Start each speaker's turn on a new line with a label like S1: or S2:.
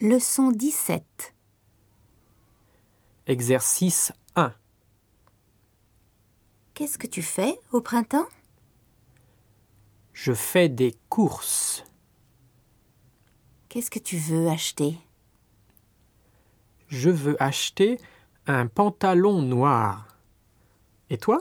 S1: Leçon 17.
S2: Exercice 1.
S1: Qu'est-ce que tu fais au printemps
S2: Je fais des courses.
S1: Qu'est-ce que tu veux acheter
S2: Je veux acheter un pantalon noir. Et toi